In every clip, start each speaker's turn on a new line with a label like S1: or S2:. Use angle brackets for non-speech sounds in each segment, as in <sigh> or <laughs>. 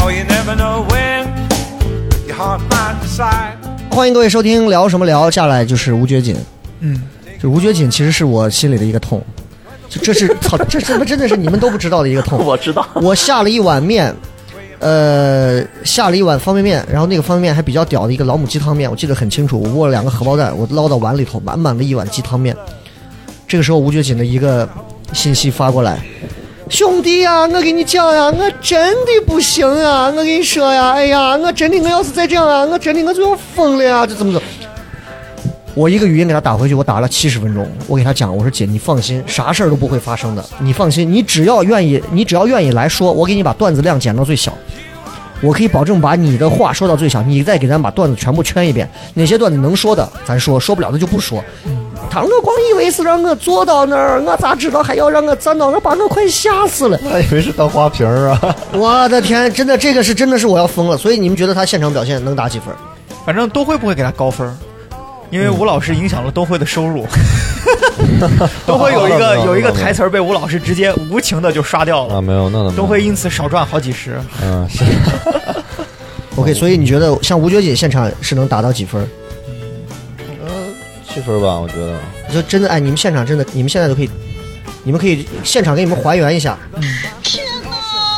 S1: Oh, you never know when your heart might decide.
S2: 欢迎各位收听聊什么聊。下来就是吴觉锦，
S3: 嗯，
S2: 就吴觉锦其实是我心里的一个痛，就这是操，这他妈真的是你们都不知道的一个痛。
S4: 我知道，
S2: 我下了一碗面，呃，下了一碗方便面，然后那个方便面还比较屌的一个老母鸡汤面，我记得很清楚。我握了两个荷包蛋，我捞到碗里头，满满的一碗鸡汤面。这个时候，吴觉锦的一个信息发过来。兄弟呀、我跟你讲呀、我真的不行啊！我跟你说呀、哎呀，我真的我要是再这样啊，我真的我就要疯了呀！就这么着。我一个语音给他打回去，我打了七十分钟。我给他讲，我说姐，你放心，啥事儿都不会发生的，你放心，你只要愿意，你只要愿意来说，我给你把段子量减到最小，我可以保证把你的话说到最小，你再给咱把段子全部圈一遍，哪些段子能说的咱说，说不了的就不说。他我光以为是让我坐到那儿，我咋知道还要让我站到那儿，把我快吓死了！
S3: 还以为是当花瓶儿啊。
S2: 我的天，真的这个是真的是我要疯了。所以你们觉得他现场表现能打几分？
S3: <laughs> 反正都会不会给他高分儿，因为吴老师影响了都会的收 <laughs> 入。都会有一 <laughs> 个有一个台词儿被吴老师直接无情的就刷掉
S5: 啊，
S3: 了，
S5: 没有，那怎么
S3: 都会因此少赚好几十。
S5: 嗯，是
S2: OK，所以你觉得像吴觉锦现场是能打到几分？
S5: 七分吧，我觉得。
S2: 你说真的，哎，你们现场真的，你们现在都可以，你们可以现场给你们还原一下。
S6: 天呐，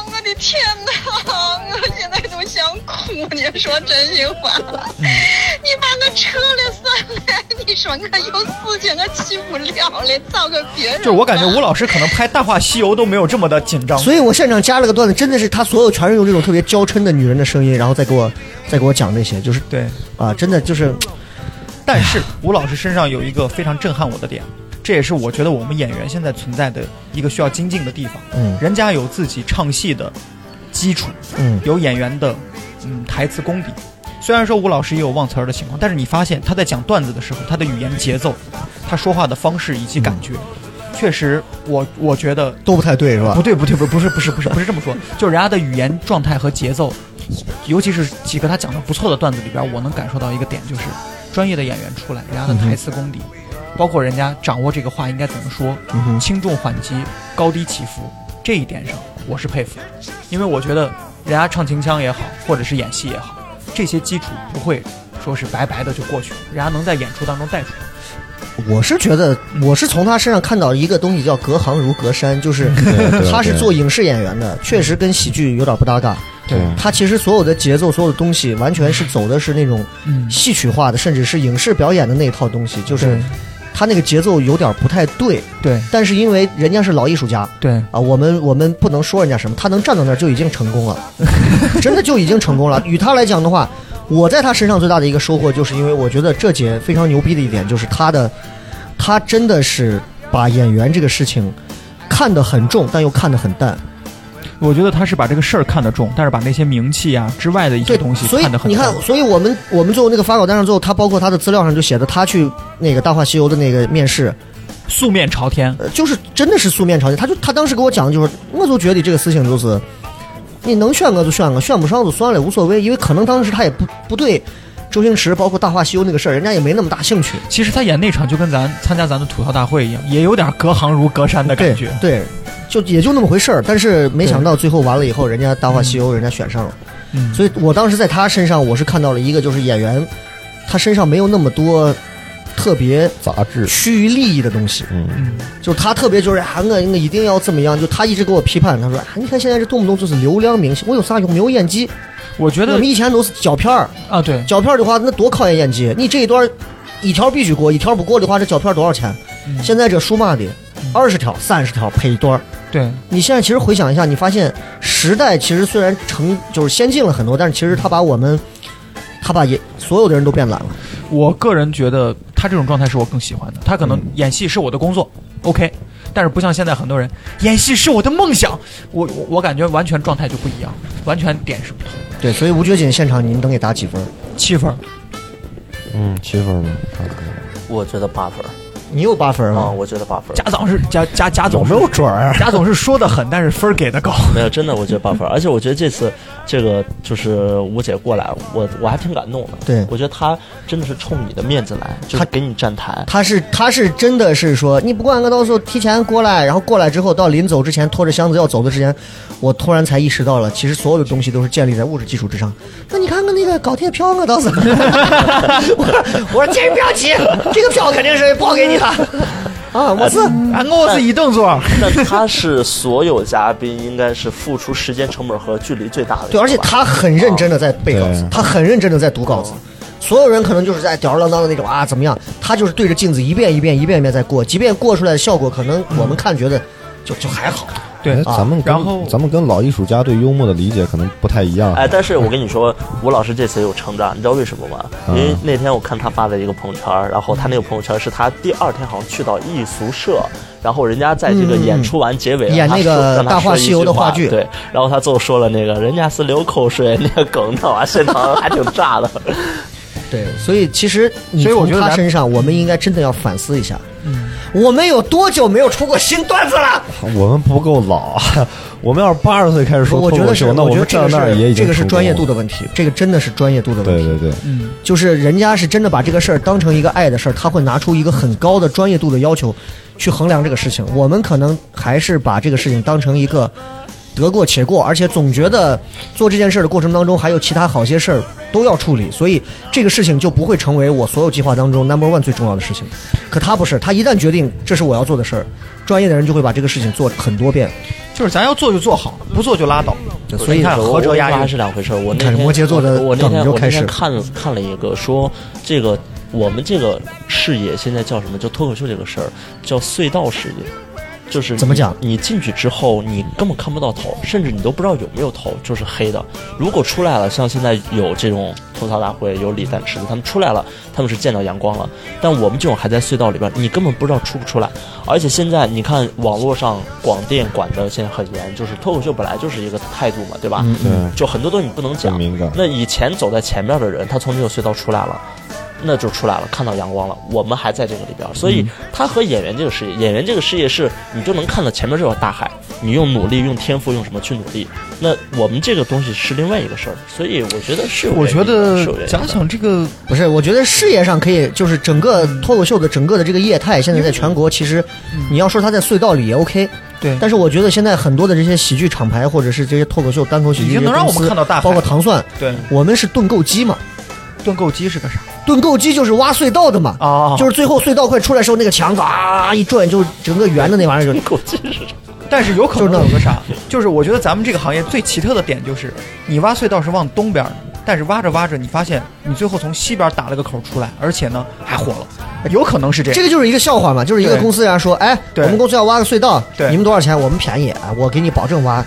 S6: 我的天呐，我现在都想哭。你说真心话，你把我扯了上来，你说我有事情我去不了了，找个别人吧。
S3: 就是我感觉吴老师可能拍《大话西游》都没有这么的紧张。
S2: 所以我现场加了个段子，真的是他所有全是用这种特别娇嗔的女人的声音，然后再给我再给我讲这些，就是
S3: 对，
S2: 啊，真的就是
S3: 但是吴老师身上有一个非常震撼我的点，这也是我觉得我们演员现在存在的一个需要精进的地方。
S2: 嗯
S3: 人家有自己唱戏的基础，
S2: 嗯
S3: 有演员的嗯台词功底。虽然说吴老师也有忘词儿的情况，但是你发现他在讲段子的时候，他的语言节奏、他说话的方式以及感觉，确实我我觉得
S2: 都不太对是吧
S3: 不？对不对不不是不是不是不是这么说，就人家的语言状态和节奏，尤其是几个他讲的不错的段子里边，我能感受到一个点，就是专业的演员出来，人家的台词功底，包括人家掌握这个话应该怎么说，
S2: 嗯哼
S3: 轻重缓急、高低起伏这一点上，我是佩服的，因为我觉得人家唱秦腔也好，或者是演戏也好，这些基础不会说是白白的就过去了，人家能在演出当中带出来。
S2: 我是觉得，我是从他身上看到一个东西叫隔行如隔山，就是
S5: 对
S2: 他是
S5: 对
S2: 做影视演员的，确实跟喜剧有点不搭嘎。
S5: 对
S7: 嗯
S2: 他其实所有的节奏、所有的东西，完全是走的是那种
S3: 嗯
S2: 戏曲化的，甚至是影视表演的那一套东西，就是他那个节奏有点不太对。
S3: 对
S2: 但是因为人家是老艺术家，
S3: 对，
S2: 啊，我们我们不能说人家什么，他能站到那儿就已经成功了， <laughs> 真的就已经成功了。与他来讲的话，我在他身上最大的一个收获，就是因为我觉得这姐非常牛逼的一点，就是她的，她真的是把演员这个事情看得很重，但又看得很淡。
S3: 我觉得他是把这个事儿看得重，但是把那些名气啊之外的一些
S2: 对，
S3: 东西
S2: 所以
S3: 看得很
S2: 你看，所以我们我们最后那个发稿单上最后，他包括他的资料上就写的，他去那个《大话西游》的那个面试，
S3: 素面朝天，
S2: 呃就是真的是素面朝天。他就他当时给我讲的就是，我就觉得这个事情就是，你能选我就选我，选不上就算了，无所谓。因为可能当时他也不不对周星驰，包括《大话西游》那个事儿，人家也没那么大兴趣。
S3: 其实他演那场就跟咱参加咱的吐槽大会一样，也有点隔行如隔山的感觉。
S2: 对，就也就那么回事儿。但是没想到最后完了以后，人家《大话西游》人家选上了。
S3: 嗯
S2: 所以我当时在他身上，我是看到了一个就是演员，他身上没有那么多特别
S5: 杂志，
S2: 趋于利益的东西。
S5: 嗯，
S3: 嗯，
S2: 就是他特别就是啊，我我一定要怎么样？就他一直给我批判，他说啊，你看现在这动不动就是流量明星，我有啥用？没有演技。
S3: 我觉
S2: 我
S3: 得
S2: 们以前都是胶片儿，
S3: 啊，对，
S2: 胶片儿的话那多考验演技。你这一段儿一条必须过，一条不过的话，这胶片儿多少钱？
S3: 嗯
S2: 现在这数码的，二十条、三十条配一段儿。
S3: 对，
S2: 你现在其实回想一下，你发现时代其实虽然成就是先进了很多，但是其实他把我们，他把也所有的人都变懒了。
S3: 我个人觉得他这种状态是我更喜欢的。他可能演戏是我的工作、o k 但是不像现在很多人，演戏是我的梦想。我我我感觉完全状态就不一样，完全点是不同。
S2: 对，所以吴觉锦现场您能给打几分？
S3: 七分，
S5: 嗯，七分吧，差不多。
S4: 我觉得八分儿
S2: 你有八分
S4: 啊，
S2: 啊？
S4: 我觉得八分儿。
S3: 贾总是贾贾贾总是
S2: 准儿？啊
S3: <laughs> 贾总是说的狠，但是分儿给的 <laughs> 高。
S4: 没有，真的，我觉得八
S2: <laughs>
S4: 分儿。而且我觉得这次这个就是吴姐过来，我我还挺感动的。
S2: 对
S4: 我觉得她真的是冲你的面子来，就是给你站台。
S2: 他是他是真的是说，你不管个到时候提前过来，然后过来之后到临走之前拖着箱子要走的之前，我突然才意识到了，其实所有的东西都是建立在物质基础之上。那你看看那个高铁票，我倒是， <laughs> 我我说今儿不要急，这个票肯定是报给你的。啊，我是
S3: 啊，我是一等座。
S4: 但她是所有嘉宾应该是付出时间成本和距离最大的一个吧。
S2: 对，而且他很认真的在背稿子
S5: 对，
S2: 他很认真的在读稿子。所有人可能就是在吊儿郎当的那种啊，怎么样？他就是对着镜子一遍一遍一遍一遍在过，即便过出来的效果，可能我们看觉得就就还好。
S3: <laughs> 对，
S5: 哎
S2: 啊
S5: 咱们跟
S3: 然后
S5: 咱们跟老艺术家对幽默的理解可能不太一样。
S4: <laughs> 哎，但是我跟你说，吴老师这次有成长，你知道为什么吗？因为
S2: 嗯
S4: 那天我看他发的一个朋友圈儿，然后他那个朋友圈儿是他第二天好像去到艺俗社，然后人家在这个演出完结尾、
S2: 嗯演
S4: 让他
S2: 那
S4: 说
S2: 个
S4: 让他
S2: 大
S4: 说
S2: 话
S4: 一
S2: 西
S4: 句
S2: 游的
S4: 话
S2: 话剧
S4: 对，然后他最后说了那个人家是流口水 <laughs> 那个梗的啊，沈腾还挺
S2: <laughs>
S4: 炸的，
S2: 对，所以其实你
S3: 所以我
S2: 从
S3: 觉得
S2: 他
S3: 咱嗯
S2: 身上，我们应该真的要反思一下，我们有多久没有出过新段子了？
S5: 我们不够老，啊 <laughs> 我们要是八十岁开始说
S2: 我
S5: 脱
S2: 觉
S5: 口
S2: 得
S5: 秀
S2: 是，，
S5: 那
S2: 我觉
S5: 们
S2: 得这
S5: 站
S2: 个
S5: 在那儿
S2: 是
S5: 也已经
S2: 这个是
S5: 成功
S2: 专业
S5: 了
S2: 度的问题，嗯这个真的是专业度的问
S5: 对
S2: 题。
S5: 对对，
S2: 就是人家是真的把这个事儿当成一个爱的事儿，他会拿出一个很高的专业度的要求去衡量这个事情。我们可能还是把这个事情当成一个得过且过，而且总觉得做这件事儿的过程当中还有其他好些事儿都要处理，所以这个事情就不会成为我所有计划当中 number one 最重要的事情。可他不是，他一旦决定这是我要做的事儿，专业的人就会把这个事情做很多遍。
S3: 就是咱要做就做好，不做就拉倒。
S2: 所以
S3: 你看
S4: 我
S3: 合辙
S4: 我
S3: 押韵
S4: 还是两回事儿。我那
S2: 看
S4: 天
S2: 摩羯座的
S4: 我我那
S2: 梗
S4: 天
S2: 就
S4: 我
S2: 开
S4: 那
S2: 始
S4: 天
S2: 了
S4: 看了看了一个说这个我们这个事业现在叫什么？就脱口秀这个事儿叫隧道事业。就是你
S2: 怎么讲
S4: 你进去之后，你根本看不到头，甚至你都不知道有没有头，就是黑的。如果出来了，像现在有这种吐槽大会，有李诞、池子，他们出来了，他们是见到阳光了。但我们这种还在隧道里边，你根本不知道出不出来。而且现在你看网络上广电管的现在很严，就是脱口秀本来就是一个态度嘛，对吧？
S2: 嗯
S5: 对，
S4: 就很多东西你不能讲
S5: 很。敏感。
S4: 那以前走在前面的人，他从这个隧道出来了，那就出来了，看到阳光了。我们还在这个里边儿，所以他和演员这个事业，演员这个事业是你就能看到前面这条大海，你用努力、用天赋、用什么去努力。那我们这个东西是另外一个事儿，所以我觉得是有
S3: 我
S4: 原
S3: 觉
S4: 因的
S3: 得
S4: 是有原因
S3: 贾
S4: 的
S3: 总这个
S2: 不是，我觉得事业上可以，就是整个脱口秀的整个的这个业态，现在在全国其实，你要说它在隧道里也 OK，
S3: 对，
S2: 但是我觉得现在很多的这些喜剧厂牌或者是这些脱口秀单口喜剧
S3: 已经能让我们
S2: 公司
S3: 看到大海
S2: 包括糖蒜，
S3: 对
S2: 我们是盾构机嘛，
S3: 盾构机是个啥？
S2: 盾构机就是挖隧道的嘛，
S3: 哦
S2: 就是最后隧道快出来的时候，那个墙啊一转，就整个圆的那玩意儿就
S3: 但是有可
S2: 就是那
S3: 能有个啥，就是我觉得咱们这个行业最奇特的点就是，你挖隧道是往东边儿的，但是挖着挖着，你发现你最后从西边打了个口出来，而且呢还火了，有可能是这
S2: 这
S3: 样。
S2: 个就是一个笑话嘛，就是一个
S3: 对
S2: 公司人说，哎，我
S3: 对
S2: 们公司要挖个隧道，
S3: 对
S2: 你们多少钱？我们便宜，啊我给你保证挖。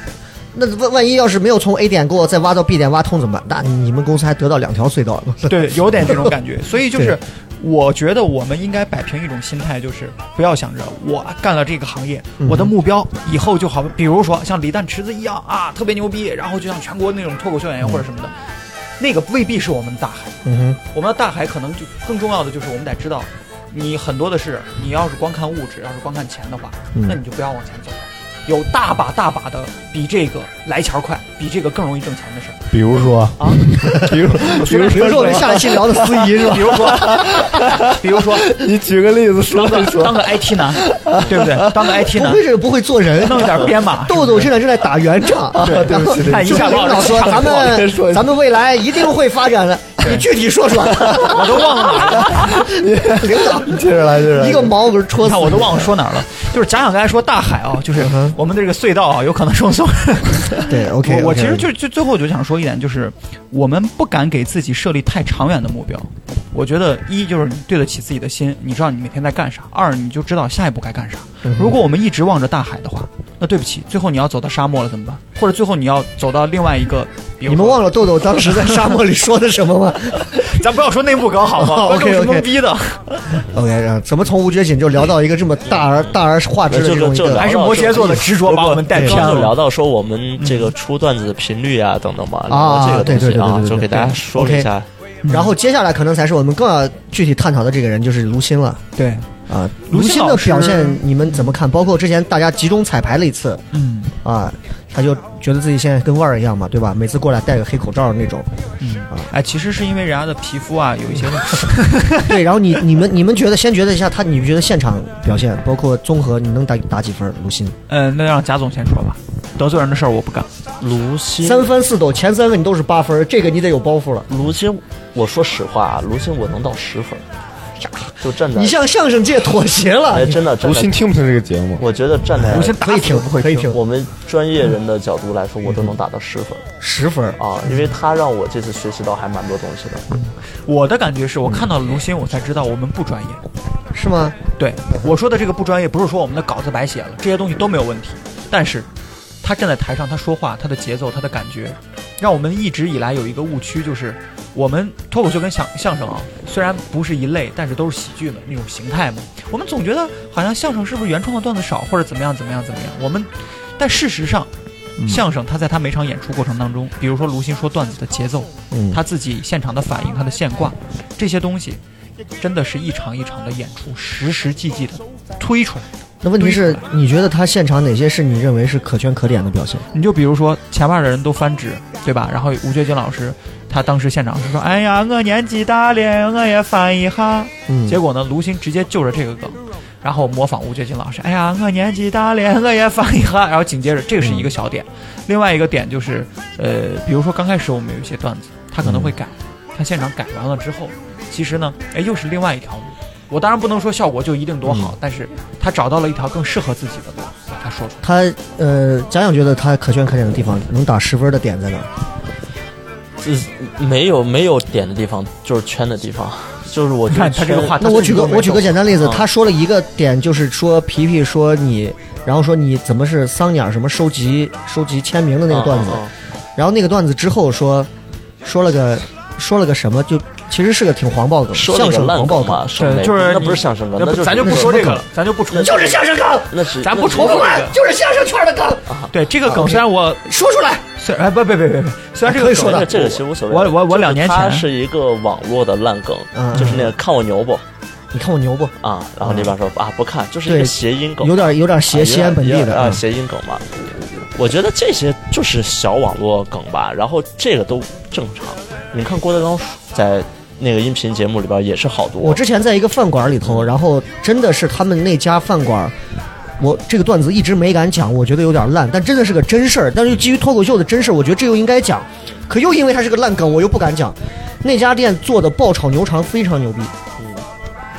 S2: 那万万一要是没有从 A 点给我再挖到 B 点挖通怎么办？那你们公司还得到两条隧道呢。
S3: 对，有点这种感 <laughs> 觉。所以就是
S2: 对，
S3: 我觉得我们应该摆平一种心态，就是不要想着我干了这个行业，我的目标以后就好，比如说像李诞、池子一样啊，特别牛逼，然后就像全国那种脱口秀演员或者什么的，那个未必是我们的大海。
S2: 嗯哼。
S3: 我们的大海可能就更重要的就是我们得知道，你很多的事，你要是光看物质，要是光看钱的话，
S2: 嗯
S3: 那你就不要往前走了。有大把大把的比这个来钱儿快，比这个更容易挣钱的事
S5: <laughs>
S3: 儿
S5: 比如说，
S3: 啊。
S5: 比如，比如
S2: 比如说我们下一期聊的司仪
S3: <laughs>
S2: 是吧？
S3: 比如说， <laughs> 比如说，
S5: <laughs> 你举个例子说
S3: 当个当个 IT 男，对不对？
S5: <laughs>
S3: 当个 IT
S2: 不
S3: 男
S2: 愧，是不会做人，
S3: <laughs> 弄一点编码。
S2: 豆豆现在正在打圆场，
S3: <laughs> 对
S2: 然 <laughs> 后
S3: 对不起对不起
S2: 就是领导说咱们咱们未来一定会发展的，你具体说
S3: <laughs>
S2: 说，
S3: 我都忘
S5: <laughs>
S3: 了哪儿了，
S2: 领导
S5: 接着来，接着来。
S2: 一个毛不是戳
S3: 你
S2: 死
S3: 看
S2: 你，
S3: 我都忘了说哪儿了。就是假想刚才说大海啊，就是
S5: 嗯
S3: 我们的这个隧道啊，有可能送送。
S2: 对，OK，
S3: 我我
S2: OK
S3: 其实就就最后就想说一点，就是我们不敢给自己设立太长远的目标。我觉得一就是你对得起自己的
S2: 嗯
S3: 心，你知道你每天在干啥；二你就知道下一步该干啥。如果我们一直望着大海的话，那对不起，最后你要走到沙漠了怎么办？或者最后你要走到另外一个，比如
S2: 你们
S3: 说
S2: 忘了豆豆当时在沙漠里说的什么吗
S3: 咱不要说内幕梗
S2: <laughs>
S3: 好吗？观众是
S2: OK，OK
S3: 懵逼的，
S2: ？OK，然后怎么从无觉醒就聊到一个这么大而大而化之的
S4: 就
S2: 这种一
S4: 嗯就
S2: 个
S3: 还是摩羯座的执着把我们带偏了
S4: 刚就聊到说我们这个出段子的频率啊，等等嘛，聊
S2: 啊
S4: 到这个东
S2: 对对
S4: 西
S2: 对对
S4: 啊，
S2: 对对
S4: 就给大家说了一下。
S2: 然后接下来可能才是我们更要具体探讨的这个人，就是卢鑫了
S3: 对，
S2: 啊。
S3: 卢
S2: 卢
S3: 鑫
S2: 鑫
S3: 老
S2: 的
S3: 师
S2: 表现你们怎么看？包括之前大家集中彩排了一次
S3: 嗯
S2: 啊，他就觉得自己现在跟腕儿一样嘛，对吧？每次过来戴个黑口罩那
S3: <laughs>
S2: 种。
S3: 嗯，哎，其实是因为人家的皮肤啊有一些问
S2: <laughs>
S3: 题，
S2: 对，然后你你们你们觉得先觉得一下他，你们觉得现场表现，包括综合，你能打打几分？卢鑫
S3: 嗯，那让贾总先说吧，得罪人的事儿我不干。
S4: 卢
S3: 嗯
S4: 鑫，
S2: 三分四抖，前三个你都是八分，这个你得有包袱了。
S4: 卢鑫，我说实话，啊，卢鑫我能到十分，就站在
S2: 你向相声界妥协了
S4: 哎，，真的真
S5: 吴昕
S4: 的，
S5: 听不听这个节目？
S4: 我觉得站在
S3: 卢鑫打
S2: 可以
S3: 死
S2: 听
S3: 我不会，
S2: 可以听
S4: 我们专业人的角度来说，我都能打到十分
S2: 十分。
S4: 啊，
S3: 嗯
S4: 因为他让我这次学习到还蛮多东西的。
S3: 我的感觉是我看到了卢鑫，我才知道我们不专业。
S2: 是吗？
S3: 对我说的这个不专业，不是说我们的稿子白写了，这些东西都没有问题。但是，他站在台上，他说话，他的节奏，他的感觉，让我们一直以来有一个误区，就是我们脱口秀跟相相声啊，虽然不是一类，但是都是喜剧的那种形态嘛。我们总觉得好像相声是不是原创的段子少，或者怎么样怎么样怎么样。我们，但事实上。相声，他在他每场演出过程当中，比如说卢鑫说段子的节奏，
S2: 嗯
S3: 他自己现场的反应，他的现挂，这些东西，真的是一场一场的演出，实实际际的推出来。
S2: 那问题是，你觉得他现场哪些是你认为是可圈可点的表现？
S3: 你就比如说前面的人都翻纸，对吧？然后吴觉景老师，他当时现场是说：“哎呀，我年纪大了，我也翻一下。”
S2: 嗯
S3: 结果呢，卢鑫直接就着这个梗，然后模仿吴觉景老师：“哎呀，我年纪大了，我也翻一下。”然后紧接着，这个是一个小点，
S4: 嗯
S3: 另外一个点就是，呃，比如说刚开始我们有一些段子，他可能会改，
S4: 嗯
S3: 他现场改完了之后，其实呢，哎，又是另外一条路。我当然不能说效果就一定多
S4: 嗯
S3: 好，但是他找到了一条更适合自己的路，把它说出来。
S2: 他呃，贾想觉得他可圈可点的地方，能打十分的点在哪儿？
S4: 这没有没有点的地方，就是圈的地方，就是我
S3: 你
S4: 觉
S3: 看
S4: 得
S3: 他这个
S4: 圈
S3: 话，
S2: 那我举个我举个简单例子，
S4: 嗯
S2: 他说了一个点，就是说皮皮说你，然后说你怎么是桑鸟什么收集收集签名的那个段子，
S4: 嗯嗯嗯
S2: 然后那个段子之后说说了个说了个什么，就其实是个挺黄暴梗，
S4: 说那
S2: 相
S4: 个
S2: 声
S4: 烂
S2: 黄暴
S4: 梗
S2: 梗
S4: 嘛，，说那
S3: 就是
S4: 那
S3: 你
S4: 不是相声梗，
S3: 那
S4: 那
S3: 不
S4: 是
S3: 咱就不说这个了，咱就不重，
S2: 就是相声梗，
S4: 那是
S3: 咱
S4: 那
S3: 不
S4: 是
S3: 重复这个。
S2: 就是相声圈的梗，
S4: 啊
S3: 对这个梗，虽然我
S2: 说出来。
S3: 虽然哎不不不不不，虽然这个
S2: 可以
S3: 梗
S2: 说
S4: 这
S2: 的
S4: 个这个其实无所谓。
S3: 我我我两年前
S4: 它是一个网络的烂梗
S2: 嗯，
S4: 就是那个看我牛不
S2: 你看我牛不？
S4: 啊，然后那边说啊不看，就是一
S2: 对
S4: 个谐音梗
S2: 有，点有点
S4: 啊
S2: 谐西安本地
S4: 有点
S2: 的
S4: 啊
S2: 啊，
S4: 谐音梗嘛。我觉得这些就是小网络梗吧，然后这个都正常。你看郭德纲在那个音频节目里边也是好多，
S2: 我之前在一个饭馆里头，然后真的是他们那家饭馆，我这个段子一直没敢讲，我觉得有点烂，但真的是个真事儿，但是基于脱口秀的真事儿，我觉得这又应该讲，可又因为它是个烂梗，我又不敢讲。那家店做的爆炒牛肠非常牛逼，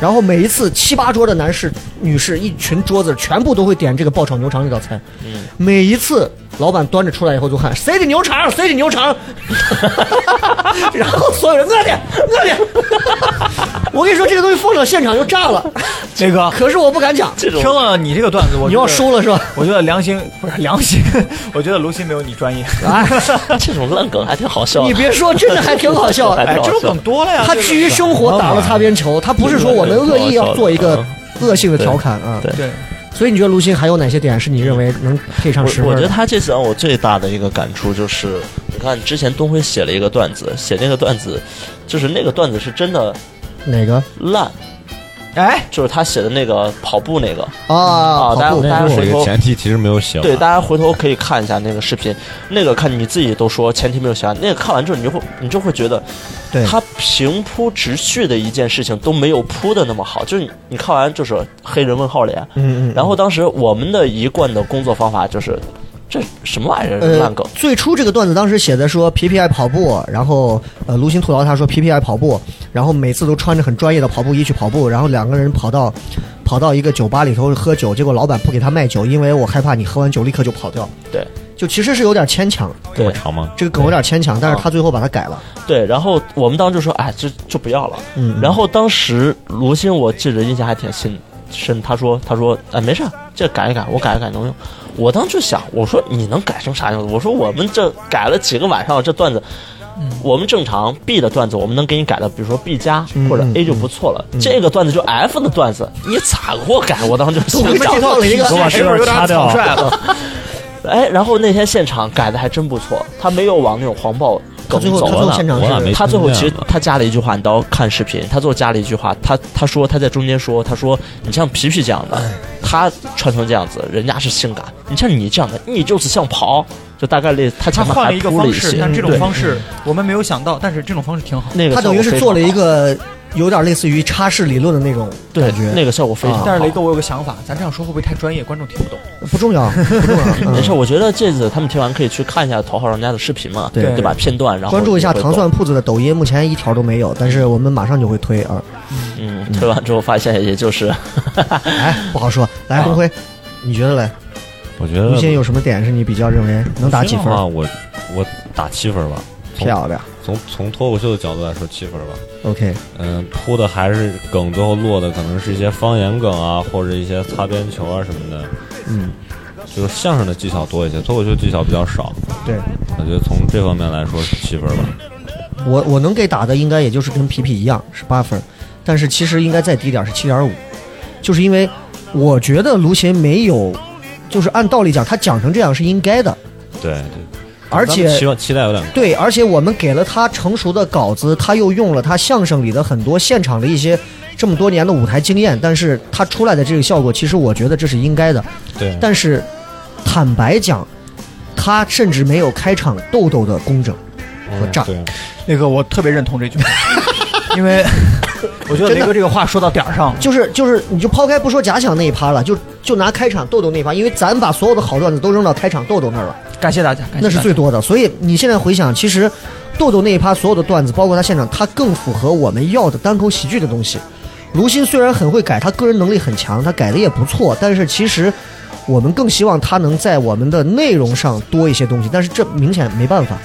S2: 然后每一次七八桌的男士、女士，一群桌子全部都会点这个爆炒牛肠这道菜。
S4: 嗯
S2: 每一次老板端着出来以后就喊谁的牛肠，谁的牛肠， <laughs> 然后所有人我的我的，我跟你说这个东西放到现场就炸
S4: <laughs>
S2: 了，
S3: 这个
S2: 可是我不敢讲，
S4: 这种
S3: 听了你这个段子，我
S2: 你要
S3: 觉得
S2: 收了是
S4: <laughs>
S2: 吧？
S3: 我觉得良心不是良心， <laughs> 我觉得卢鑫没有你专业。
S2: 哎，
S4: 这种烂梗还挺好笑的。
S2: 你别说，真的还挺好
S4: <laughs>
S2: 笑。
S4: 还
S3: 哎，
S4: 挺好
S3: 这种
S4: 笑
S3: 梗多了呀。
S2: 他
S3: 这个
S2: 基于生活打了擦边
S4: <laughs>
S2: 球，他不是说我们恶意要做一个恶性的调侃啊。
S4: 对
S3: 对，
S2: 所以你觉得卢鑫还有哪些点是你认为能配上十
S4: 我
S2: 分
S4: 我觉
S2: 的
S4: 得？他这次让我最大的一个感触就是，你看之前东辉写了一个段子，写那个段子，就是那个段子是真的
S2: 哪个
S4: 烂，
S3: 哎，
S4: 就是他写的那个跑步那个，
S2: 啊？
S4: 啊大家
S2: 跑步
S4: 大家
S2: 跑步
S4: 回
S5: 这
S4: 头
S5: 个前提其实没有啊写
S4: 对，
S5: 完。
S4: 大家回头可以看一下那个视
S2: <laughs>
S4: 频，那个看你自己都说前提没有写完，那个看完之后你就会你就会觉得，
S2: 对
S4: 他平铺直叙的一件事情都没有铺的那么好，就是你你看完就是黑人问号脸，
S2: 嗯嗯。
S4: 然后当时我们的一贯的工作方法就是，这什么玩意儿烂梗，
S2: 呃最初这个段子当时写的说皮皮爱跑步，然后呃卢鑫吐槽他说皮皮爱跑步，然后每次都穿着很专业的跑步衣去跑步，然后两个人跑到跑到一个酒吧里头喝酒，结果老板不给他卖酒，因为我害怕你喝完酒立刻就跑掉。
S4: 对，
S2: 就其实是有点牵强，
S5: 这么
S4: 对
S5: 长吗？
S2: 这个梗有点牵强，但是
S4: 啊
S2: 他最后把它改了。
S4: 对，然后我们当时就说，哎，这就不要了。
S2: 嗯，
S4: 然后当时卢鑫，我记得印象还挺深深，他说他说哎没事儿，这改一改，我改一改能用。我当时就想，我说你能改成啥样子？我说我们这改了几个晚上了，这段子。我们正常 B 的段子，我们能给你改到，比如说 B 加或者 A 就不错了。这个段子就 F 的段子，你咋给我改？我当时就心想，
S2: 找到了一个
S5: 我把身上掐掉了。
S4: 哎，然后那天现场改的还真不错，他没有往那种黄暴
S2: 他
S4: 梗
S2: 最后
S4: 走
S2: 他最
S4: 了
S2: 后。现场
S7: 我俩
S2: 是
S7: 没
S4: 他最后
S7: 听
S4: 其
S7: 见
S4: 实他加了一句话，你到看视频，他最后加了一句话，他他说他在中间说，他说你像皮皮这样
S2: 哎
S4: 的，他穿成这样子，人家是性感，你像你这样的，你就是像跑，就大概类他
S3: 他
S4: 前面
S3: 换了
S4: 还
S3: 一个
S4: 铺了
S3: 方
S4: 一
S3: 式，
S4: 些，
S3: 但这种
S4: 对
S3: 方式我们没有想到，但是这种方式挺好。
S4: 那个
S2: 他
S4: 效
S2: 等于
S4: 果
S2: 是
S4: 非
S2: 做了
S4: 常
S2: 一
S4: 好
S2: 个有点类似于插式理论的那种
S4: 对
S2: 感觉，啊
S4: 那个效果非常好。
S3: 但是雷哥，我有个想法，咱这样说会不会太专业，观众听不懂？
S2: 不重
S4: <laughs>
S2: 要，不重要，
S4: 没事，
S2: 嗯。
S4: 我觉得这次他们听完可以去看一下头号玩家的视频嘛，
S2: 对
S4: 吧？片段，然后
S2: 关注一下
S4: 也会
S2: 糖
S4: 懂
S2: 蒜铺子的抖音，目前一条都没有，但是我们马上就会推啊！
S4: 嗯，推完之后发现也就是，
S2: 哎，不好说。来，
S4: 啊
S2: 红辉，你觉得嘞？
S7: 我觉得
S2: 吴昕有什么点是你比较认为能打几分？
S7: 呃啊？我我打七分吧。从
S2: 漂亮
S7: 从从脱口秀的角度来说，七分吧。
S2: ，OK，
S7: 嗯，铺的还是梗，最后落的可能是一些方言梗啊，或者一些擦边球啊什么的。
S2: 嗯，
S7: 就是相声的技巧多一些，脱口秀技巧比较少。
S2: 对
S7: 我觉得从这方面来说是七分吧。
S2: 我我能给打的应该也就是跟皮皮一样是八分，但是其实应该再低点儿是七点五，就是因为我觉得卢鑫没有，就是按道理讲他讲成这样是应该的，
S7: 对，对
S2: 而
S7: 咱们期
S2: 且
S7: 望期待有点高。
S2: 对，而且我们给了他成熟的稿子，他又用了他相声里的很多现场的一些这么多年的舞台经验，但是他出来的这个效果，其实我觉得这是应该的。
S7: 对，
S2: 但是坦白讲，他甚至没有开场豆豆的工整和炸。
S7: 嗯对，
S3: 雷哥，我特别认同这句话，因为我觉得雷哥这个话说到点儿上了。
S2: 就是就是，你就抛开不说假想那一趴了，就就拿开场豆豆那一趴，因为咱把所有的好段子都扔到开场豆豆那儿了，
S3: 感谢大家，感谢
S2: 哎那是
S3: 大家
S2: 最多的。所以你现在回想，其实豆豆那一趴所有的段子，包括他现场，他更符合我们要的单口喜剧的东西。卢鑫虽然很会改，他个人能力很强，他改的也不错，但是其实我们更希望他能在我们的内容上多一些东西，但是这明显没办法。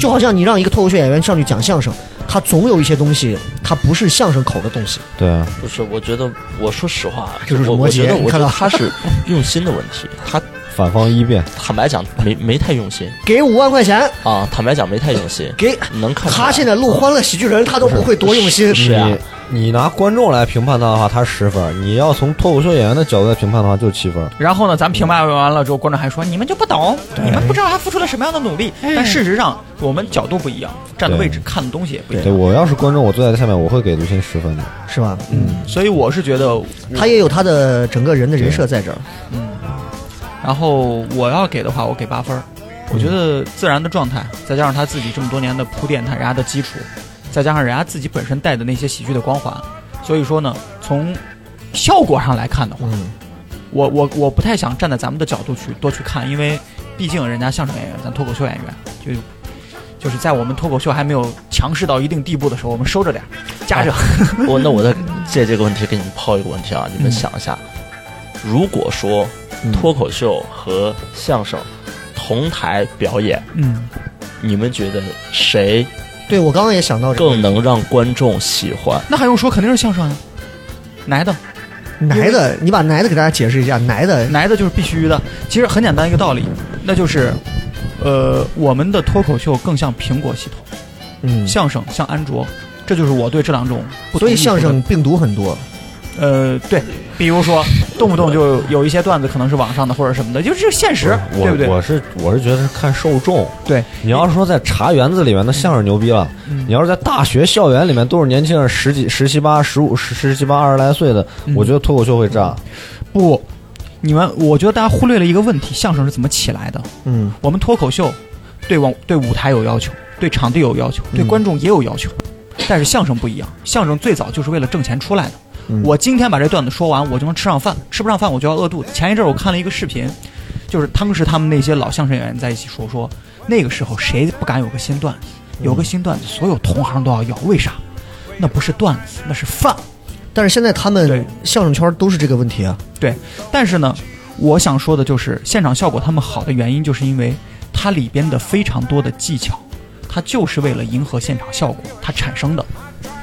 S2: 就好像你让一个脱口秀演员上去讲相声，他总有一些东西，他不是相声口的东西。
S7: 对，
S4: 不是，我觉得，我说实话，啊
S2: 就是
S4: 我
S2: 摩
S4: 我
S2: 羯
S4: 觉得，
S2: 你
S4: 我觉
S2: 看
S4: 得
S2: 到
S4: 他是用心的问题。他
S7: 反方一辩。
S4: 坦白讲，没没太用心
S2: 给五万块钱，
S4: 啊，坦白讲，没太用心。
S2: 给
S4: 能看出来
S2: 他现在录《欢乐喜剧人》，他都不会多用心。
S4: 是啊
S7: 你你拿观众来评判他的话，他十分；你要从脱口秀演员的角度来评判的话，就是七分。
S3: 然后呢，咱们评判完了之后，观众还说你们就不懂，你们不知道他付出了什么样的努力。但事实上，我们角度不一样，站的位置、看的东西也不一
S7: 对
S3: 样。
S7: 我要是观众，我坐在他下面，我会给卢鑫十分的。
S2: 是吧？嗯，
S3: 所以我是觉得，
S2: 他也有他的整个人的人设在这儿。
S3: 然后我要给的话，我给八分儿。我觉得自然的状态，再加上他自己这么多年的铺垫，他人家的基础，再加上人家自己本身带的那些喜剧的光环，所以说呢，从效果上来看的话，
S2: 嗯，
S3: 我我我不太想站在咱们的角度去多去看，因为毕竟人家相声演员，咱脱口秀演员，就就是在我们脱口秀还没有强势到一定地步的时候，我们收着点儿，夹着。
S4: 我那我再借这个问题给你们抛一个问题啊，你们
S2: 嗯
S4: 想一下，如果说脱口秀和相声同台表演，
S3: 嗯，
S4: 你们觉得谁
S2: 对我刚刚也想到这个
S4: 更能让观众喜欢？
S3: 那还用说，肯定是相声呀、啊来的。
S2: 奶的，你把奶的给大家解释一下，奶的
S3: 来的就是必须的。其实很简单一个道理，那就是，呃，我们的脱口秀更像苹果系统，
S2: 嗯，
S3: 相声像安卓，这就是我对这两种不同
S2: 所
S3: 意
S2: 以
S3: 见
S2: 相
S3: 的。
S2: 声病毒很多。
S3: 呃，对，比如说动不动就有一些段子可能是网上的或者什么的，就是这个现实，
S7: 我
S3: 对不对？
S7: 我是我是觉得是看受众。
S3: 对，
S7: 你要是说在茶园子里面，那相声牛逼了；
S2: 嗯
S7: 你要是在大学校园里面，都是年轻人十几、十七八、十五、十十七八、二十来岁的，
S2: 嗯
S7: 我觉得脱口秀会炸。
S3: 不，你们，我觉得大家忽略了一个问题：相声是怎么起来的？
S2: 嗯，
S3: 我们脱口秀对网对舞台有要求，对场地有要求，对观众也有要求。但是相声不一样，相声最早就是为了挣钱出来的。我今天把这段子说完，我就能吃上饭，吃不上饭我就要饿肚子。前一阵儿我看了一个视频，就是当时他们那些老相声演员在一起说说，那个时候谁不敢有个新段子，有个新段子，所有同行都要要，为啥？那不是段子，那是饭。
S2: 但是现在他
S3: 对
S2: 们相声圈都是这个问题啊。
S3: 对，但是呢，我想说的就是现场效果他们好的原因，就是因为它里边的非常多的技巧，它就是为了迎合现场效果它产生的。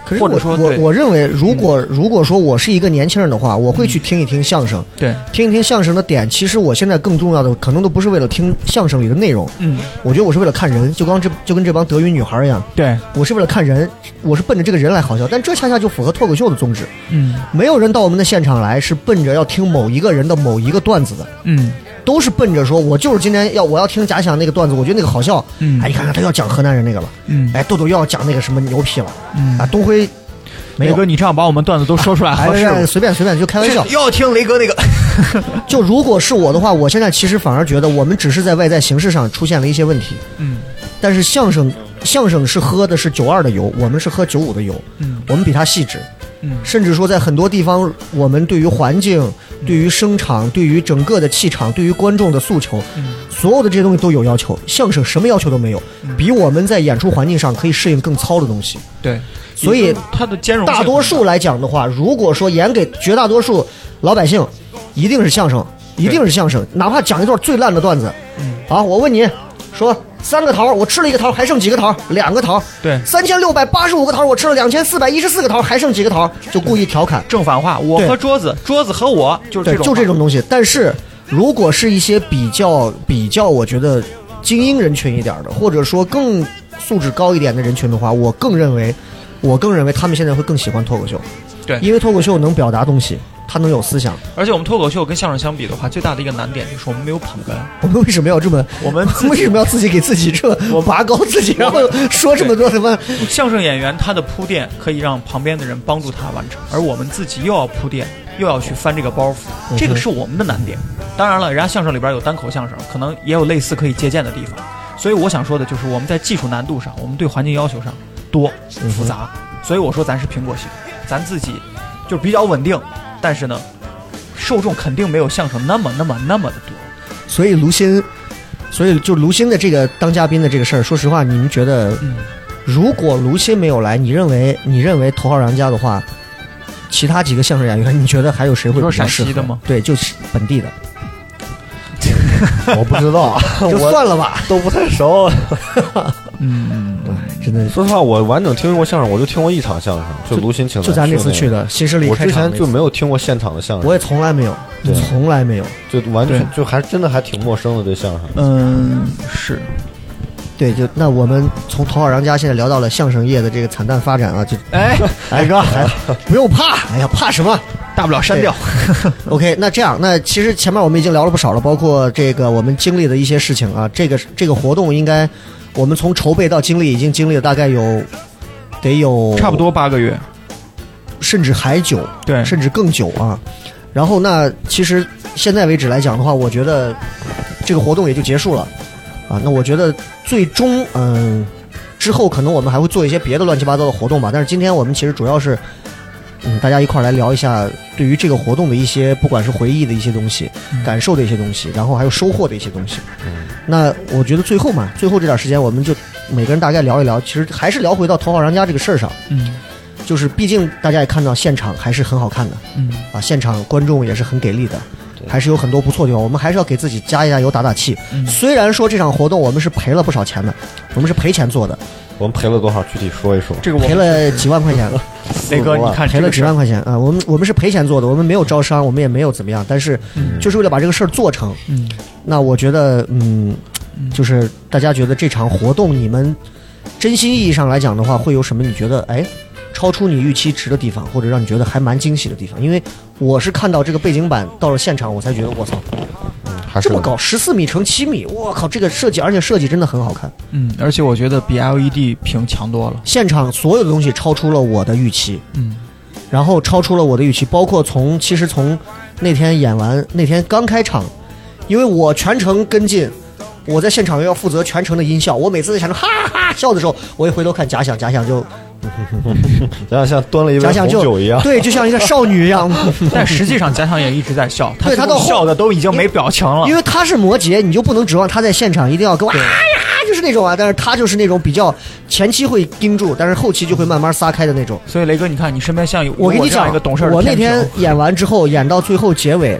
S2: 可是
S3: 或者
S2: 我
S3: 说
S2: 我
S3: 对嗯
S2: 我认为，如果如果说我是一个年轻人的话，我会去听一听相声。
S3: 对，
S2: 听一听相声的点，其实我现在更重要的可能都不是为了听相声里的内容，
S3: 嗯，
S2: 我觉得我是为了看人，就刚这就跟这帮德云女孩一样，
S3: 对，
S2: 我是为了看人，我是奔着这个人来好笑，但这恰恰就符合脱口秀的宗旨。
S3: 嗯
S2: 没有人到我们的现场来是奔着要听某一个人的某一个段子的，
S3: 嗯
S2: 都是奔着说我就是今天要我要听假想那个段子，我觉得那个好笑，
S3: 嗯
S2: 哎，你看看他要讲河南人那个了，
S3: 嗯
S2: 哎，豆豆又要讲那个什么牛批了，啊，
S3: 嗯。
S2: 东辉没
S3: 雷
S2: 有
S3: 哥，，你这样把我们段子都说出来，
S2: 哎
S3: 合适
S2: 哎随便随便就开玩笑，
S3: 要听雷哥那个，
S2: <laughs> 就如果是我的话，我现在其实反而觉得我们只是在外在形式上出现了一些问题，
S3: 嗯
S2: 但是相声相声是喝的是九二的油，我们是喝九五的油，
S3: 嗯
S2: 我们比他细致，
S3: 嗯
S2: 甚至说在很多地方，我们对于环境、对于声场、对于整个的气场、对于观众的诉求，
S3: 嗯
S2: 所有的这些东西都有要求。相声什么要求都没有，比我们在演出环境上可以适应更糙的东西。
S3: 对，
S2: 所以
S3: 它的兼容性
S2: 大多数来讲的话，如果说演给绝大多数老百姓，一定是相声，一定是相声，哪怕讲一段最烂的段子。
S3: 嗯
S2: 啊，我问你，说三个桃，我吃了一个桃，还剩几个桃？两个桃。
S3: 对
S2: 三千六百八十五个桃，我吃了两千四百一十四个桃，还剩几个桃？就故意调侃。
S3: 正反话，我
S2: 对
S3: 和桌子，桌子和我，就是
S2: 对，
S3: 这种，
S2: 就这种，东西。但是如果是一些比较比较，我觉得精英人群一点儿的，或者说更素质高一点的人群的话，我更认为，我更认为他们现在会更喜欢脱口秀。
S3: 对
S2: 因为脱口秀能表达东西，它能有思想。 <laughs>
S3: 而且我们脱口秀跟相声相比的话，最大的一个难点就是我们没有捧哏，
S2: 我们为什么要这么？
S3: 我们 <laughs> 自己
S2: 为什么要自己给自己这么拔高自己，然后说这么多什么？
S3: 相声演员他的铺垫可以让旁边的人帮助他完成，而我们自己又要铺垫，又要去翻这个包袱，这个是我们的难点。当然了，人家相声里边有单口相声，可能也有类似可以借鉴的地方。所以我想说的就是，我们在技术难度上，我们对环境要求上多复杂，所以我说咱是苹果型，咱自己就比较稳定，但是呢，受众肯定没有相声那么那么那么的多。
S2: 所以卢鑫，所以就卢鑫的这个当嘉宾的这个事儿，说实话，你们觉得
S3: 嗯，
S2: 如果卢鑫没有来，你认为你认为头号玩家的话，其他几个相声演员，你觉得还有谁会
S3: 你说
S2: 比较
S3: 陕西
S2: 适合
S3: 的吗？
S2: 对，就是本地的，
S5: <laughs> 我不知
S7: <laughs>
S5: 道，
S2: 就
S5: 我
S2: 算了吧。
S5: 都不太熟。
S2: 真的，
S7: 说实话，我完整听过相声，我就听过一场相声，就卢鑫请
S2: 就咱那次去
S7: 的。
S2: 的新势力
S7: 我
S2: 开
S7: 之
S2: 场
S7: 前
S2: 那
S7: 就
S2: 次，
S7: 没有听过现场的相声，
S2: 我也从来没有，
S7: 对
S2: 从来没有。
S7: 就完全
S3: 对
S7: 就还真的还挺陌生的对相声。
S3: 嗯，是，
S2: 对，就那我们从头号玩家现在聊到了相声业的这个惨淡发展啊，就
S3: 哎，
S2: <laughs> 哎哥，哎不用怕，哎呀，怕什么？
S3: 大不了删掉。
S2: OK，那这样，那其实前面我们已经聊了不少了，包括这个我们经历的一些事情啊，这个这个活动应该我们从筹备到经历已经经历了大概有得有
S3: 差不，多八个月，
S2: 甚至还久，
S3: 对，
S2: 甚至更久啊。然后那其实现在为止来讲的话，我觉得这个活动也就结束了啊。那我觉得最终嗯、之后可能我们还会做一些别的乱七八糟的活动吧，但是今天我们其实主要是。嗯，大家一块儿来聊一下对于这个活动的一些，不管是回忆的一些东西，感受的一些东西，然后还有收获的一些东西。那我觉得最后嘛，最后这点时间，我们就每个人大概聊一聊，其实还是聊回到头号玩家这个事儿上。
S3: 嗯
S2: 就是毕竟大家也看到现场还是很好看的
S3: 嗯，
S2: 啊，现场观众也是很给力的，还是有很多不错的地方，我们还是要给自己加一加油、打打气。
S3: 嗯
S2: 虽然说这场活动我们是赔了不少钱的，我们是赔钱做的，
S7: 我们赔了多少？具体说一说。
S3: 这个我
S2: 赔了几万块钱，
S3: <laughs> 雷哥，你看
S2: 赔
S3: 这
S2: 了
S3: 个
S2: 几
S3: 事儿
S2: 万块钱啊。我们我们是赔钱做的，我们没有招商，我们也没有怎么样，但是就是为了把这个事儿做成。
S3: 嗯
S2: 那我觉得，嗯，就是大家觉得这场活动，你们真心意义上来讲的话，会有什么你觉得哎，超出你预期值的地方，或者让你觉得还蛮惊喜的地方？因为我是看到这个背景板到了现场，我才觉得我操，
S7: 还
S2: 嗯
S7: 是
S2: 这么高，十四米乘七米，我靠，这个设计，而且设计真的很好看。
S3: 嗯，而且我觉得比 LED 屏强多了。
S2: 现场所有的东西超出了我的预期，
S3: 嗯，
S2: 然后超出了我的预期，包括从其实从那天演完那天刚开场，因为我全程跟进，我在现场要负责全程的音效，我每次在想着哈哈笑的时候，我一回头看假想，假想就
S7: 想想像端了一
S2: 假
S7: 杯
S2: 想
S7: 红
S2: 就
S7: 酒一样。
S2: 对，就像一个少女一
S7: <laughs>
S2: 样，
S3: 但实际上，贾想也一直在笑，
S2: 对他
S3: 最后
S2: 到后
S3: 笑的都已经没表情了
S2: 因。为她是摩羯，你就不能指望她在现场一定要跟我啊呀，就是那种啊，但是她就是那种比较前期会盯住，但是后期就会慢慢撒开的那种。
S3: 所以雷哥，你看你身边像有
S2: 我跟你
S3: 这样
S2: 讲，
S3: 一个懂事儿的
S2: 我那
S3: 天
S2: 天
S3: 平
S2: 演完之后，演到最后结尾，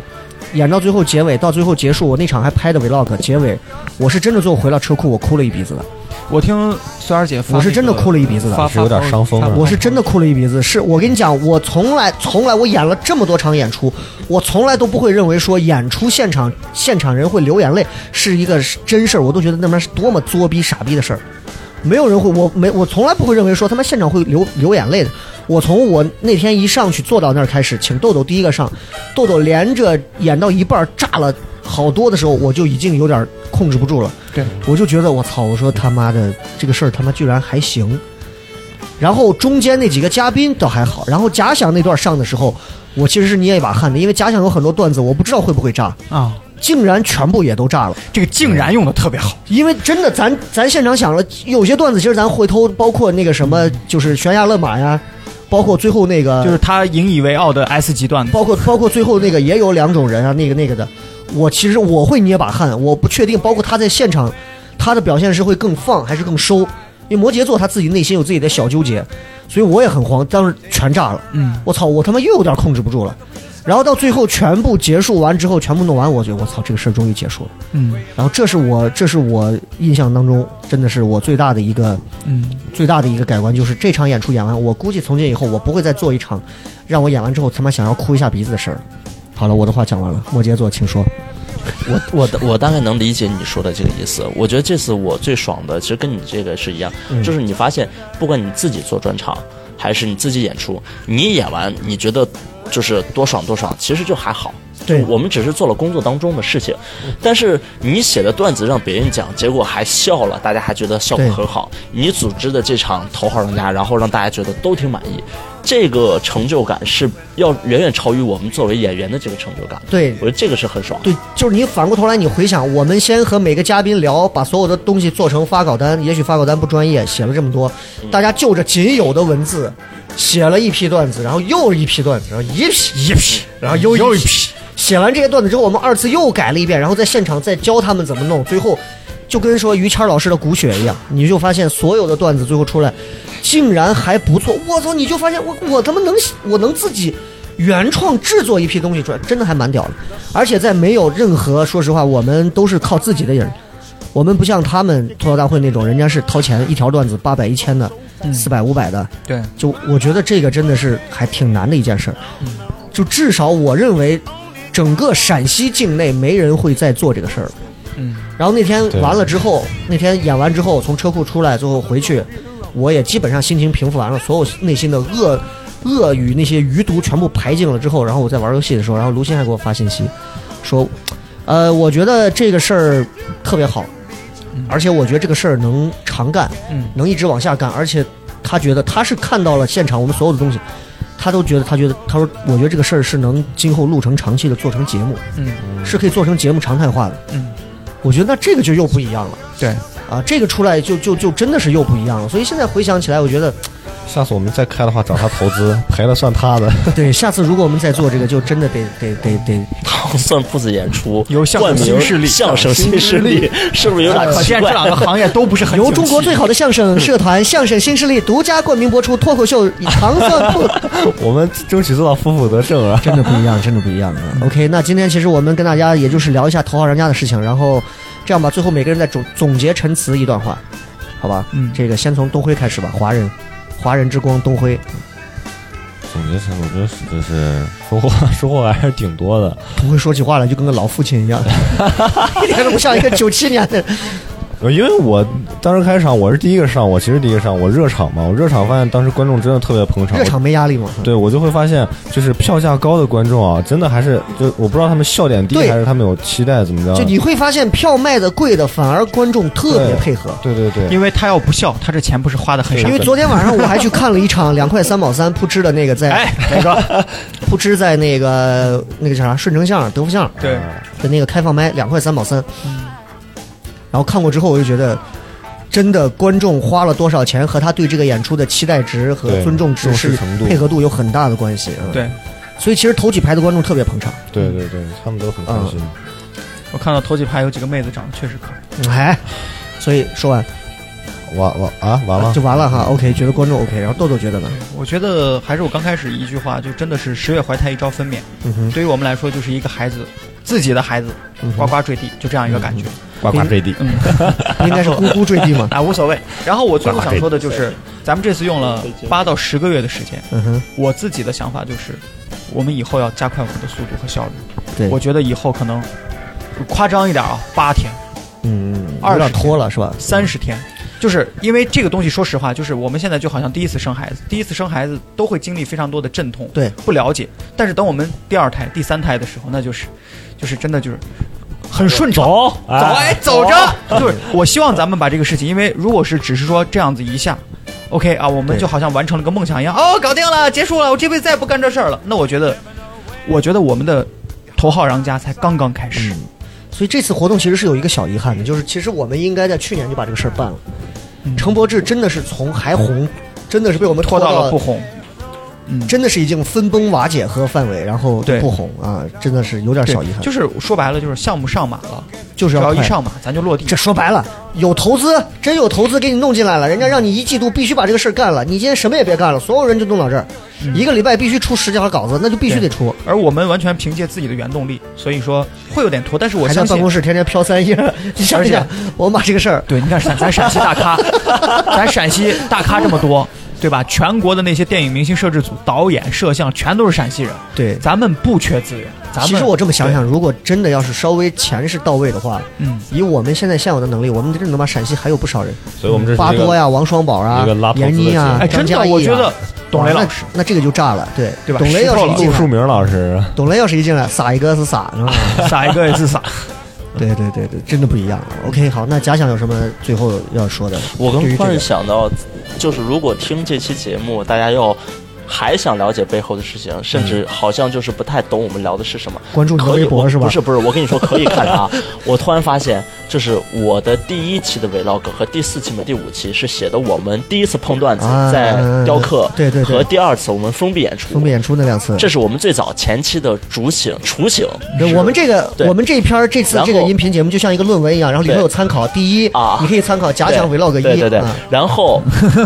S2: 演到最后结尾，到最后结束，我那场还拍的 vlog，结尾我是真的最后回到车库，我哭了一鼻子的。
S3: 我听孙儿姐发那个，
S2: 我是真的哭了一鼻子的
S3: 发
S7: 是有点伤风了
S3: 发发
S2: 我是真的哭了一鼻子。是我跟你讲，我从来从来我演了这么多场演出，我从来都不会认为说演出现场现场人会流眼泪是一个真事儿，我都觉得那妈是多么作逼傻逼的事儿。没有人会，我没，我从来不会认为说他妈现场会流流眼泪的。我从我那天一上去坐到那儿开始，请豆豆第一个上，豆豆连着演到一半儿炸了好多的时候，我就已经有点控制不住了。
S3: 对，
S2: 我就觉得我操，我说他妈的这个事儿他妈居然还行。然后中间那几个嘉宾倒还好，然后假想那段上的时候，我其实是捏一把汗的，因为假想有很多段子，我不知道会不会炸，
S3: 啊，
S2: 竟然全部也都炸了。
S3: 这个竟然用的特别好，
S2: 因为真的，咱咱现场想了，有些段子其实咱回头，包括那个什么，就是悬崖勒马呀，包括最后那个，
S3: 就是他引以为傲的 S 级段子。
S2: 包括包括最后那个也有两种人啊，那个那个的，我其实我会捏把汗，我不确定，包括他在现场，他的表现是会更放还是更收，因为摩羯座他自己内心有自己的小纠结，所以我也很慌，当时全炸了，
S3: 嗯，
S2: 我操，我他妈又有点控制不住了，然后到最后全部结束完之后，全部弄完，我觉得我操，这个事儿终于结束了，
S3: 嗯
S2: 然后这是我这是我印象当中真的是我最大的一个。
S3: 嗯，
S2: 最大的一个改观就是这场演出演完，我估计从今以后我不会再做一场让我演完之后他妈想要哭一下鼻子的事儿。好了，我的话讲完了，摩羯座，请说。
S4: 我我的我大概能理解你说的这个意思。我觉得这次我最爽的，其实跟你这个是一样，
S2: 嗯
S4: 就是你发现，不管你自己做专场，还是你自己演出，你演完你觉得就是多爽多爽，其实就还好。
S2: 对嗯
S4: 我们只是做了工作当中的事情，但是你写的段子让别人讲，结果还笑了，大家还觉得效果
S2: 对
S4: 很好。你组织的这场头号玩家，然后让大家觉得都挺满意，这个成就感是要远远超于我们作为演员的这个成就感。
S2: 对
S4: 我觉得这个是很爽。
S2: 对，就是你反过头来你回想，我们先和每个嘉宾聊，把所有的东西做成发稿单，也许发稿单不专业，写了这么多，大家就着仅有的文字写了一批段子，然后又一批段子，然后一批一批，然后又又一批。写完这些段子之后，我们二次又改了一遍，然后在现场再教他们怎么弄，最后就跟说于谦老师的骨血一样，你就发现所有的段子最后出来，竟然还不错。我操，你就发现我我他妈能我能自己原创制作一批东西出来，真的还蛮屌的。而且在没有任何，说实话，我们都是靠自己的人，我们不像他们吐槽大会那种，人家是掏钱一条段子八百一千的，四百五百的，
S3: 对，
S2: 就我觉得这个真的是还挺难的一件事儿。就至少我认为，整个陕西境内没人会再做这个事儿了。
S3: 嗯，
S2: 然后那天完了之后，那天演完之后，从车库出来，最后回去，我也基本上心情平复完了，所有内心的恶恶与那些余毒全部排尽了之后，然后我在玩游戏的时候，然后卢鑫还给我发信息，说，呃，我觉得这个事儿特别好，而且我觉得这个事儿能常干，
S3: 嗯
S2: 能一直往下干，而且他觉得他是看到了现场我们所有的东西，他都觉得他觉得他说，我觉得这个事儿是能今后录成长期的，做成节目，
S3: 嗯，
S2: 是可以做成节目常态化的，
S3: 嗯，
S2: 我觉得那这个就又不一样了。
S3: 对，
S2: 啊，这个出来就就就真的是又不一样了，所以现在回想起来，我觉得
S7: 下次我们再开的话，找他投资，赔了算他
S2: <laughs>
S7: 的。
S2: 对，下次如果我们再做这个，就真的得得得得，
S4: 算铺子演出，
S3: 有相声
S4: 冠名
S3: 新势力
S4: 相声新势力是不是有点
S3: 可
S4: 奇
S3: 见这
S4: 怪？
S3: 两个行业都不是
S2: <laughs>
S3: 很
S2: 由
S3: 景气
S2: 中国最好的相声社团相声新势力独家冠名播出脱口秀糖蒜铺，
S7: 我们争取做到夫妇得正啊！
S2: 真的不一样，真的不一样啊。OK，那
S3: 嗯
S2: 今天其实我们跟大家也就是聊一下《头号玩家》的事情，然后这样吧，最后每个人再总总结陈词一段话，好吧？
S3: 嗯
S2: 这个先从东辉开始吧，华人，华人之光东辉，
S7: 总结下来，我觉得是就是收获收获还是挺多的，
S2: 东辉说起话来就跟个老父亲一样， <laughs> 一点都不像一个九七年
S3: <laughs>
S2: 的。
S7: 呃因为我当时开场我是第一个上，我其实第一个上，我热场嘛，我热场发现当时观众真的特别捧场，
S2: 热场没压力嗯吗？
S7: 对我就会发现，就是票价高的观众啊，真的还是就我不知道他们笑点低
S2: 对
S7: 还是他们有期待怎么着。
S2: 就你会发现票卖的贵的，反而观众特别配合。
S7: 对对对，
S3: 因为他要不笑，他这钱不是花的很少
S2: 因。为昨天晚
S3: <laughs>
S2: 上我还去看了一场两块三毛三扑哧的那个在 <laughs>
S3: 哎，哪个？
S2: 扑哧在那个那个叫啥顺城巷德福巷
S3: 对，
S2: 的那个开放麦两块三毛三，然后看过之后我就觉得。真的，观众花了多少钱和他对这个演出的期待值和
S7: 对
S2: 尊重值
S7: 重视
S2: 是
S7: 程度
S2: 配合度有很大的关系。嗯，
S3: 对
S2: 所以其实头几排的观众特别捧场。
S7: 对对对，他们都很开心。
S3: 我看到头几排有几个妹子长得确实可爱。
S2: 嗯哎，所以说完
S7: 完完啊，完了
S2: 就完了哈。OK，觉得观众 OK，然后豆豆觉得呢？
S3: 我觉得还是我刚开始一句话，就真的是十月怀胎，一朝分娩。
S2: 嗯哼，嗯
S3: 对于我们来说，就是一个孩子，自己的孩子呱呱坠地，就这样一个感觉。嗯
S5: 呱呱坠地，
S3: <laughs>
S2: 应该是咕咕坠地
S7: <laughs>
S2: 嘛。
S3: 啊，无所谓。然后我最后想说的就是，咱们这次用了八到十个月的时间，
S2: 嗯哼，
S3: 我自己的想法就是，我们以后要加快我们的速度和效率。
S2: 对，
S3: 我觉得以后可能夸张一点啊，八天、
S2: 嗯，
S3: 二
S2: 有
S3: 十
S2: 点拖了是吧？
S3: 三十天，就是因为这个东西，说实话，就是我们现在就好像第一次生孩子，第一次生孩子都会经历非常多的阵痛，
S2: 对
S3: 不了解。但是等我们第二胎、第三胎的时候，那就是，就是真的就是很顺畅。
S4: 走，啊
S3: 走哎，走着，就是我希望咱们把这个事情，因为如果是只是说这样子一下，OK 啊，我们
S2: 对
S3: 就好像完成了个梦想一样，哦，搞定了，结束了，我这辈子再也不干这事儿了。那我觉得，我觉得我们的头号玩家才刚刚开始，
S2: 所以这次活动其实是有一个小遗憾的，就是其实我们应该在去年就把这个事儿办了。程博智真的是从还红，真的是被我们
S3: 嗯拖
S2: 拖
S3: 到
S2: 到
S3: 了不红。嗯
S2: 真的是已经分崩瓦解和范围，然后
S3: 对
S2: 不红啊，真的是有点
S3: 对
S2: 小遗憾。
S3: 就是说白了，就是项目上马了，
S2: 就是
S3: 只
S2: 要
S3: 要一
S2: 快
S3: 上马，咱就落地。
S2: 这说白了，有投资，真有投资给你弄进来了，人家让你一季度必须把这个事儿干了，你今天什么也别干了，所有人就弄到这儿，
S3: 嗯
S2: 一个礼拜必须出十几条稿子，那就必须得出。
S3: 而我们完全凭借自己的原动力，所以说会有点拖，但是
S2: 还
S3: 我
S2: 在
S3: 相
S2: 办
S3: 信
S2: 公。室天天飘三叶，你 <laughs> 想想，我们把这个事儿，
S3: 对，你看陕咱陕西大咖， <laughs> 咱陕西大咖这么多，对吧？全国的那些电影明星、摄制组、导演、摄像，全都是陕西人。
S2: 对
S3: 咱们不缺资源，咱们
S2: 其实我这么想想，如果真的要是稍微钱是到位的话，
S3: 嗯，
S2: 以我们现在现有的能力，我们真的能把陕西还有不少人，
S5: 所以我们这
S2: 巴
S5: 是一
S2: 多
S5: 个
S2: 呀、王双宝啊
S5: 一个拉、投资的
S2: 闫妮啊
S5: 机、
S3: 哎，
S2: 张
S3: 真
S2: 嘉
S3: 的，
S2: 译啊，
S3: 我觉得董雷
S2: 哇
S3: 老
S2: 那
S3: 师，
S2: 那这个就炸了，对
S3: 对吧
S2: 董雷要
S3: 石头
S2: 是一
S3: 老
S2: 进
S5: 陆
S2: 来
S5: 树铭老师，
S2: 董雷要是一进来，撒一个是撒，是吧？
S3: <laughs> 傻一个也是傻。
S2: 对对对对，真的不一样。OK，好，啊那假想有什么最后要说的？
S4: 我
S2: 对
S4: 刚
S2: 于
S4: 突
S2: 这
S4: 然
S2: 个
S4: 想到，就是如果听这期节目，大家要还想了解背后的事情，甚至好像就是不太懂我们聊的是什么，
S2: 关注你的
S4: 可
S2: 嗯
S4: 以
S2: 微博
S4: 我
S2: 是吧
S4: 不是不是，我跟你说可以看啊！我突然发现，就是我的第一期的 vlog 和第四期、第五期是写的我们第一次碰段子
S2: 啊
S4: 在雕刻，
S2: 对对对
S4: 和第二次我们封闭演出，
S2: 封面演出那两次，
S4: 这是我们最早前期的主醒雏醒。
S2: 对我们这个
S4: 对
S2: 我们这一篇儿这次
S4: 然后
S2: 这个音频节目就像一个论文一样，然后里面
S4: 对
S2: 有参考。第一，
S4: 啊
S2: 你可以参考假
S4: 对
S2: 想 vlog 一，
S4: 对对对
S2: 啊，
S4: 然后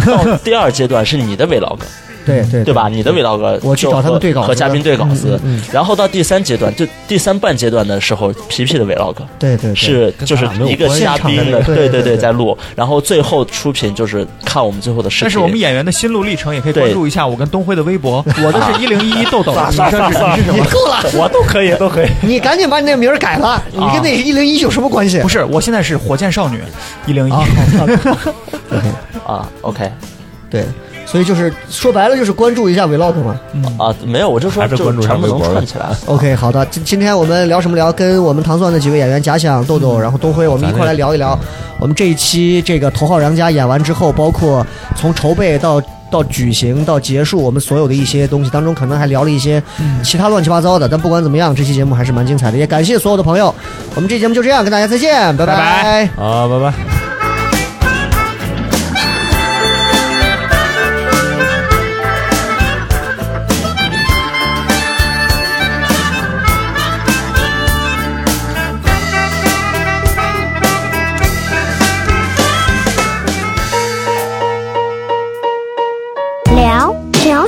S4: 到第二阶段是你的 vlog，
S2: 对对
S4: 对吧？你的 vlog
S2: <laughs> 我去
S4: 就
S2: 找他们
S4: 和
S2: 对稿子
S4: 和嘉宾对稿子
S2: 嗯嗯嗯，
S4: 然后到第三阶段，就第三半阶段的时候，皮皮的 vlog
S2: 对对对
S4: 是就是一个
S2: 现
S4: 嘉宾
S2: 场的那
S4: 的，
S2: 个
S4: 对
S2: 对对
S4: 对，在录，然后最后出品就是看我们最后的视频。
S3: 但是我们演员的心路历程也可以
S4: 对
S3: 关注一下我跟东辉的微博，我的
S2: <laughs>
S3: 是一零一一豆豆，你这是你是什么？
S2: 够了，
S4: 我都可以，都可以。
S2: <laughs> 你赶紧把你那个名儿改了，你跟那一零一有什么关系？
S3: 不是，我现在是火箭少女一零一
S2: 啊， <laughs> 好好好
S4: 啊，OK
S2: 对，所以就是说白了就是关注一下 vlog 嘛。
S4: 啊，没有，我就说
S5: 还是
S4: 就
S5: 关注一下
S4: 全部能
S5: 微博吧
S4: 串起来。
S2: OK，好的，今今天我们聊什么聊？跟我们糖蒜的几位演员假想、豆豆，然后东辉，我们一块来聊一聊。我们这一期这个《头号玩家》演完之后，包括从筹备到到举行到结束，我们所有的一些东西当中，可能还聊了一些其他乱七八糟的。但不管怎么样，这期节目还是蛮精彩的，也感谢所有的朋友。我们这期节目就这样，跟大家再见，拜
S3: 拜
S2: 拜
S5: 啊，拜拜。
S8: 聊聊